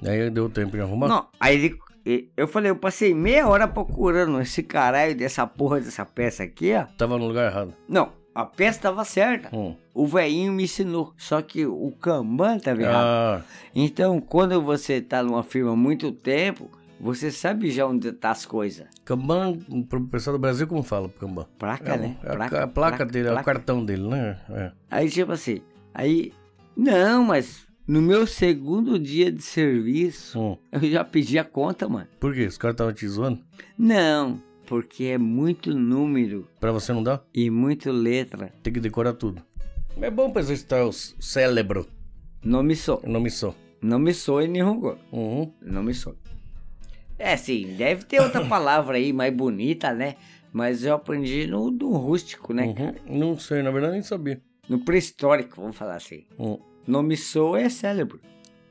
[SPEAKER 2] Aí deu tempo de arrumar.
[SPEAKER 1] Não, aí ele. e- Eu falei, eu passei meia hora procurando esse caralho dessa porra dessa peça aqui, ó.
[SPEAKER 2] Tava no lugar errado.
[SPEAKER 1] Não, a peça estava certa.
[SPEAKER 2] Hum.
[SPEAKER 1] O velhinho me ensinou. Só que o Kanban estava errado.
[SPEAKER 2] Ah,
[SPEAKER 1] Então, quando você está numa firma há muito tempo, você sabe já onde tá as coisas.
[SPEAKER 2] Kanban, pro pessoal do Brasil, como fala Kanban?
[SPEAKER 1] Placa,
[SPEAKER 2] É,
[SPEAKER 1] né?
[SPEAKER 2] é a ca- a placa, dele, é o cartão dele, né? É.
[SPEAKER 1] Aí, tipo assim, aí, não, mas no meu segundo dia de serviço,
[SPEAKER 2] Hum.
[SPEAKER 1] eu já pedi a conta, mano.
[SPEAKER 2] Por quê? Os caras estavam te zoando?
[SPEAKER 1] Não, porque é muito número
[SPEAKER 2] Pra você não dar?
[SPEAKER 1] e muito letra.
[SPEAKER 2] Tem que decorar tudo. É bom pra exercitar o c- cérebro.
[SPEAKER 1] Não me sou,
[SPEAKER 2] Eu não me sou.
[SPEAKER 1] não me sou e nem rugou.
[SPEAKER 2] Uhum.
[SPEAKER 1] Não me sou. É assim, deve ter outra palavra aí mais bonita, né? Mas eu aprendi no, no rústico, né, cara?
[SPEAKER 2] Uhum. Não sei, na verdade nem sabia.
[SPEAKER 1] No pré-histórico, vamos falar assim.
[SPEAKER 2] Hum.
[SPEAKER 1] Não me sou é cérebro.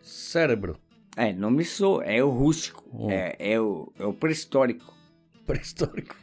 [SPEAKER 2] Cérebro.
[SPEAKER 1] É, não me sou, é o rústico.
[SPEAKER 2] Hum.
[SPEAKER 1] É, é o, é o pré-histórico.
[SPEAKER 2] Pré-histórico.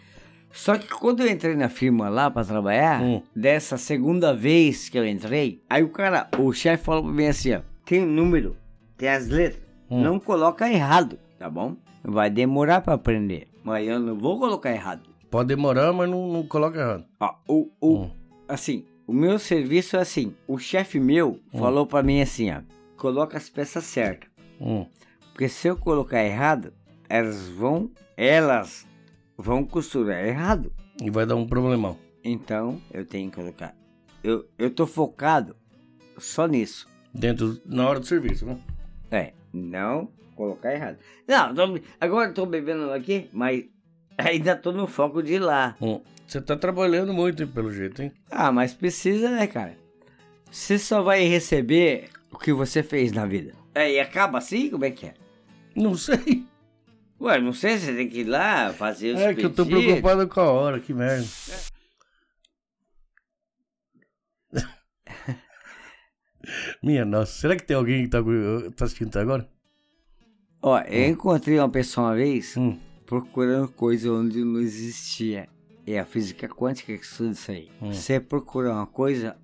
[SPEAKER 1] Só que quando eu entrei na firma lá pra trabalhar,
[SPEAKER 2] Hum.
[SPEAKER 1] dessa segunda vez que eu entrei, aí o cara, o chefe falou pra mim assim, ó, tem o número, tem as letras,
[SPEAKER 2] Hum.
[SPEAKER 1] não coloca errado, tá bom? Vai demorar pra aprender, mas eu não vou colocar errado.
[SPEAKER 2] Pode demorar, mas não, não coloca errado.
[SPEAKER 1] Ó, o, o-
[SPEAKER 2] Hum.
[SPEAKER 1] assim, o meu serviço é assim, o chefe meu falou pra mim assim, ó, coloca as peças certas,
[SPEAKER 2] Hum.
[SPEAKER 1] porque se eu colocar errado, elas vão, elas vão costurar errado.
[SPEAKER 2] E vai dar um problemão.
[SPEAKER 1] Então eu tenho que colocar. Eu, eu tô focado só nisso.
[SPEAKER 2] Dentro, na hora do serviço, né?
[SPEAKER 1] É, não colocar errado. Não, tô- agora eu tô bebendo aqui, mas ainda tô no foco de lá.
[SPEAKER 2] Hum. Você tá trabalhando muito, hein, pelo jeito, hein?
[SPEAKER 1] Ah, mas precisa, né, cara? Você só vai receber o que você fez na vida. É, e acaba assim? Como é que é?
[SPEAKER 2] Não sei.
[SPEAKER 1] Ué, não sei, você tem que ir lá fazer os
[SPEAKER 2] É que eu tô
[SPEAKER 1] pedidos.
[SPEAKER 2] preocupado com a hora, que merda. Minha nossa, será que tem alguém que tá, com- tá assistindo até agora?
[SPEAKER 1] Ó, eu encontrei uma pessoa uma vez
[SPEAKER 2] Hum.
[SPEAKER 1] procurando coisa onde não existia. É a física quântica que estuda isso aí.
[SPEAKER 2] Hum.
[SPEAKER 1] Você procura uma coisa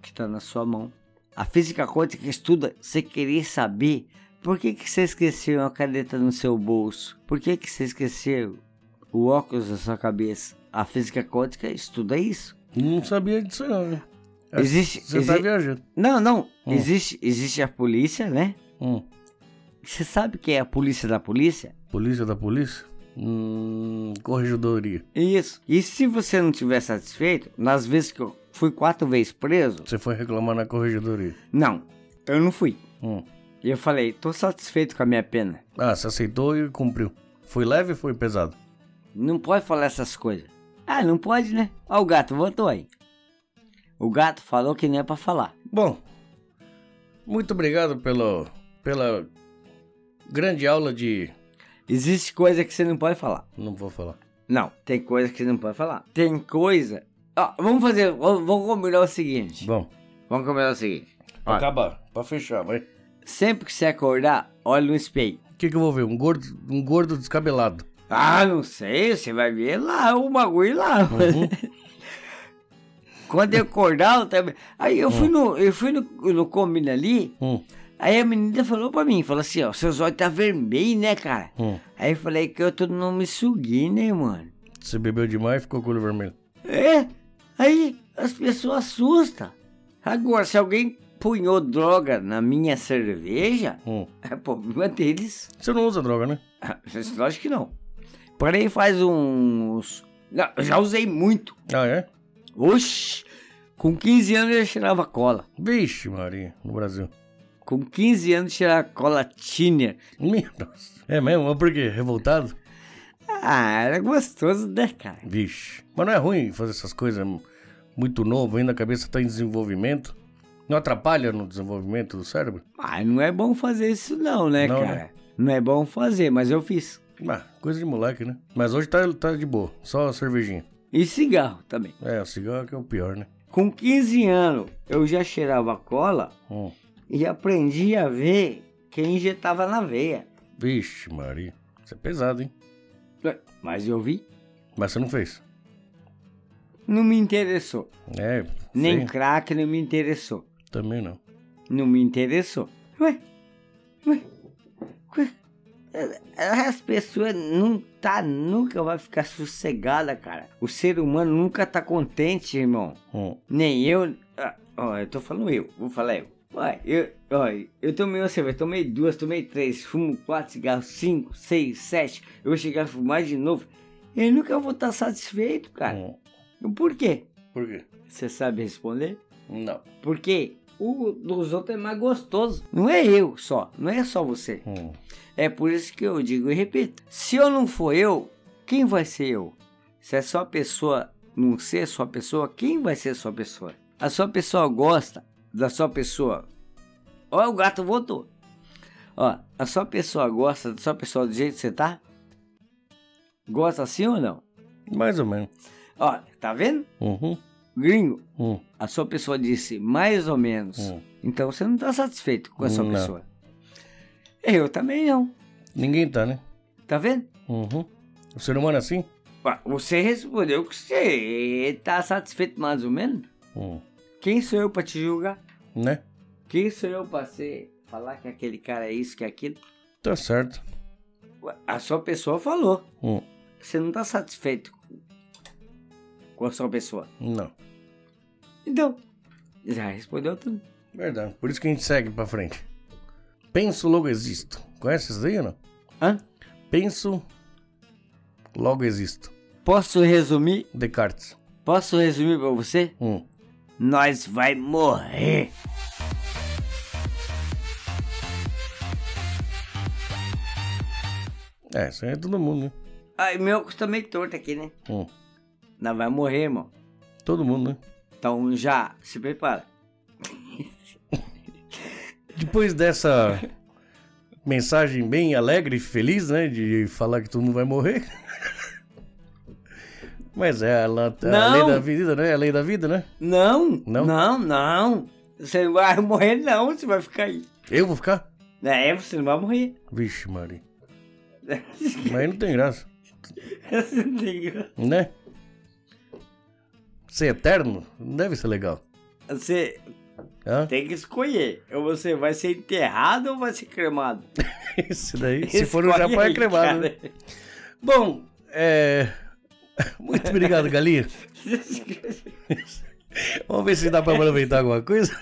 [SPEAKER 1] que está na sua mão. A física quântica estuda você querer saber por que, que você esqueceu a caneta no seu bolso, por que, que você esqueceu o óculos na sua cabeça. A física quântica estuda isso.
[SPEAKER 2] Não sabia disso não, né? É,
[SPEAKER 1] Existe.
[SPEAKER 2] Você tá
[SPEAKER 1] exi-
[SPEAKER 2] viajando.
[SPEAKER 1] Não, não.
[SPEAKER 2] Hum.
[SPEAKER 1] Existe, existe a polícia, né?
[SPEAKER 2] Hum.
[SPEAKER 1] Você sabe quem é a polícia da polícia?
[SPEAKER 2] Polícia da polícia? Hum, corregedoria.
[SPEAKER 1] Isso. E se você não tiver satisfeito, nas vezes que eu fui quatro vezes preso,
[SPEAKER 2] Você foi reclamar na corregedoria.
[SPEAKER 1] não, eu não fui.
[SPEAKER 2] Hum.
[SPEAKER 1] E eu falei, tô satisfeito com a minha pena.
[SPEAKER 2] Ah, você aceitou e cumpriu. Foi leve ou foi pesado?
[SPEAKER 1] Não pode falar essas coisas. Ah, não pode, né? Ó, o gato voltou aí. O gato falou que não é pra falar.
[SPEAKER 2] Bom, muito obrigado pelo, pela grande aula de...
[SPEAKER 1] Existe coisa que você não pode falar.
[SPEAKER 2] Não vou falar.
[SPEAKER 1] Não, tem coisa que você não pode falar. Tem coisa. Ó, vamos fazer, vamos vamos combinar o seguinte.
[SPEAKER 2] Bom,
[SPEAKER 1] Vamos combinar o seguinte.
[SPEAKER 2] pra
[SPEAKER 1] Olha.
[SPEAKER 2] acabar, pra fechar, vai.
[SPEAKER 1] Sempre que você acordar, olha no espelho.
[SPEAKER 2] O que, que eu vou ver? Um gordo, um gordo descabelado.
[SPEAKER 1] Ah, não sei, você vai ver lá o bagulho lá. Quando eu acordar, eu também. Aí eu fui no, eu fui no, no combina ali,
[SPEAKER 2] Hum,
[SPEAKER 1] aí a menina falou pra mim, falou assim, ó, seus olhos tá vermelho, né, cara?
[SPEAKER 2] hum.
[SPEAKER 1] Aí eu falei que eu tô no Mitsugui, né, mano?
[SPEAKER 2] Você bebeu demais e ficou com o olho vermelho.
[SPEAKER 1] É, aí as pessoas assustam. Agora, se alguém punhou droga na minha cerveja,
[SPEAKER 2] Hum.
[SPEAKER 1] é problema deles.
[SPEAKER 2] Você não usa droga, né?
[SPEAKER 1] Ah, Lógico que não. Porém, faz uns. Não, eu já usei muito.
[SPEAKER 2] Ah, é?
[SPEAKER 1] Oxi! Com 15 anos eu já tirava cola.
[SPEAKER 2] Vixe, Maria, no Brasil.
[SPEAKER 1] Com 15 anos eu tirava cola tiner.
[SPEAKER 2] Minha nossa. É mesmo? Mas por quê? Revoltado?
[SPEAKER 1] Ah, era gostoso, né, cara?
[SPEAKER 2] Vixe. Mas não é ruim fazer essas coisas muito novo, ainda a cabeça tá em desenvolvimento. Não atrapalha no desenvolvimento do cérebro?
[SPEAKER 1] Mas não é bom fazer isso não, né,
[SPEAKER 2] Não,
[SPEAKER 1] cara?
[SPEAKER 2] né?
[SPEAKER 1] Não é bom fazer, mas eu fiz.
[SPEAKER 2] Ah, coisa de moleque, né? Mas hoje tá, tá de boa, só a cervejinha.
[SPEAKER 1] E cigarro também.
[SPEAKER 2] É, o cigarro que é o pior, né?
[SPEAKER 1] Com 15 anos eu já cheirava cola
[SPEAKER 2] Hum.
[SPEAKER 1] e aprendi a ver quem injetava na veia.
[SPEAKER 2] Vixe, Maria. Isso é pesado, hein?
[SPEAKER 1] Ué, Mas eu vi,
[SPEAKER 2] Mas você não fez.
[SPEAKER 1] não me interessou.
[SPEAKER 2] É.
[SPEAKER 1] Nem
[SPEAKER 2] feio.
[SPEAKER 1] crack não me interessou.
[SPEAKER 2] Também não.
[SPEAKER 1] Não me interessou. Ué, ué, ué, As pessoas não tá, nunca vai ficar sossegada, cara. O ser humano nunca tá contente, irmão.
[SPEAKER 2] Hum.
[SPEAKER 1] Nem eu. ah, Ó, eu tô falando eu, vou falar eu. Ué, eu, ó, eu tomei uma cerveja, tomei duas, tomei três, fumo quatro cigarros, cinco, seis, sete. Eu vou chegar a fumar de novo. Eu nunca vou estar satisfeito, cara.
[SPEAKER 2] Hum.
[SPEAKER 1] Por quê?
[SPEAKER 2] Por quê?
[SPEAKER 1] Você sabe responder?
[SPEAKER 2] Não.
[SPEAKER 1] Porque o dos outros é mais gostoso. Não é eu só, não é só você.
[SPEAKER 2] Hum.
[SPEAKER 1] É por isso que eu digo e repito: se eu não for eu, quem vai ser eu? Se é só a pessoa não ser sua pessoa, quem vai ser sua pessoa? A sua pessoa gosta da sua pessoa. Ó, o gato voltou. Ó, a sua pessoa gosta da sua pessoa do jeito que você tá? Gosta assim ou não?
[SPEAKER 2] Mais ou menos.
[SPEAKER 1] Ó, tá vendo?
[SPEAKER 2] Uhum.
[SPEAKER 1] Gringo,
[SPEAKER 2] Hum.
[SPEAKER 1] a sua pessoa disse mais ou menos.
[SPEAKER 2] Hum.
[SPEAKER 1] Então você não tá satisfeito com a sua
[SPEAKER 2] Não.
[SPEAKER 1] pessoa. Eu também não.
[SPEAKER 2] Ninguém tá, né?
[SPEAKER 1] Tá vendo?
[SPEAKER 2] Uhum. O ser humano é assim?
[SPEAKER 1] Ué, Você respondeu que você tá satisfeito mais ou menos.
[SPEAKER 2] Hum.
[SPEAKER 1] Quem sou eu pra te julgar?
[SPEAKER 2] Né?
[SPEAKER 1] Quem sou eu pra ser, falar que aquele cara é isso, que é aquilo?
[SPEAKER 2] Tá certo.
[SPEAKER 1] Ué, A sua pessoa falou.
[SPEAKER 2] Hum.
[SPEAKER 1] Você não tá satisfeito com- com a sua pessoa.
[SPEAKER 2] Não.
[SPEAKER 1] Então, já respondeu tudo.
[SPEAKER 2] Verdade. Por isso que a gente segue pra frente. Penso, logo existo. Conhece isso daí ou não?
[SPEAKER 1] Hã?
[SPEAKER 2] Penso, logo existo.
[SPEAKER 1] Posso resumir?
[SPEAKER 2] Descartes.
[SPEAKER 1] Posso resumir pra você?
[SPEAKER 2] Hum.
[SPEAKER 1] Nós vai morrer.
[SPEAKER 2] É, isso aí é todo mundo, né?
[SPEAKER 1] Ai, meu óculos tá meio torto aqui, né?
[SPEAKER 2] Hum.
[SPEAKER 1] Nós vai morrer, irmão.
[SPEAKER 2] Todo mundo, né?
[SPEAKER 1] Então já se prepara.
[SPEAKER 2] Depois dessa mensagem bem alegre e feliz, né? De falar que todo mundo vai morrer. Mas é a, la- a
[SPEAKER 1] Não.
[SPEAKER 2] lei da vida, né? A lei da vida, né?
[SPEAKER 1] Não,
[SPEAKER 2] Não?
[SPEAKER 1] não, não, Você não vai morrer, não. Você vai ficar aí.
[SPEAKER 2] Eu vou ficar?
[SPEAKER 1] É, você não vai morrer.
[SPEAKER 2] Vixe, Maria. Mas aí não tem graça,
[SPEAKER 1] Você não tem gra-
[SPEAKER 2] né? Ser eterno não deve ser legal. tá?
[SPEAKER 1] Você
[SPEAKER 2] Hã?
[SPEAKER 1] tem que escolher. Ou você vai ser enterrado ou vai ser cremado.
[SPEAKER 2] Esse daí, se for no
[SPEAKER 1] Escolhe
[SPEAKER 2] Japão, é
[SPEAKER 1] aí,
[SPEAKER 2] cremado. né?
[SPEAKER 1] cara.
[SPEAKER 2] Bom, é... Muito obrigado, Galinha. Vamos ver se dá pra aproveitar alguma coisa.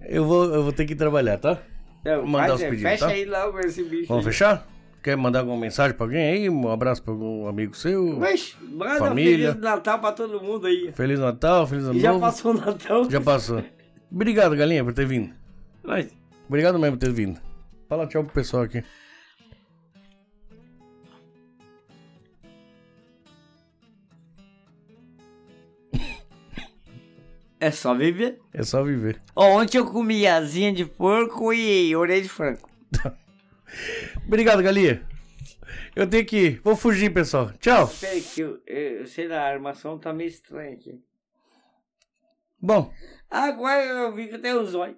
[SPEAKER 2] Eu vou, eu vou ter que trabalhar, tá?
[SPEAKER 1] Não,
[SPEAKER 2] Mandar
[SPEAKER 1] faz,
[SPEAKER 2] os
[SPEAKER 1] é,
[SPEAKER 2] pedidos,
[SPEAKER 1] Fecha
[SPEAKER 2] tá?
[SPEAKER 1] aí logo esse bicho.
[SPEAKER 2] Vamos fechar? Quer mandar alguma mensagem pra alguém aí? Um abraço pra algum amigo seu?
[SPEAKER 1] Mas manda
[SPEAKER 2] Família.
[SPEAKER 1] Família. Feliz Natal pra todo mundo aí.
[SPEAKER 2] Feliz Natal, Feliz Ano
[SPEAKER 1] E já
[SPEAKER 2] Novo.
[SPEAKER 1] passou o Natal.
[SPEAKER 2] Já passou. Obrigado, Galinha, por ter vindo.
[SPEAKER 1] Mas,
[SPEAKER 2] Obrigado mesmo por ter vindo. Fala tchau pro pessoal aqui.
[SPEAKER 1] é só viver.
[SPEAKER 2] É só viver.
[SPEAKER 1] Ó, ontem eu comi asinha de porco e orelha de frango.
[SPEAKER 2] Obrigado, Galinha. Eu tenho que ir. Vou fugir, pessoal. Tchau.
[SPEAKER 1] Peraí, que eu, eu sei lá, a armação tá meio estranha aqui.
[SPEAKER 2] Bom.
[SPEAKER 1] Agora eu vi que tem um zóio.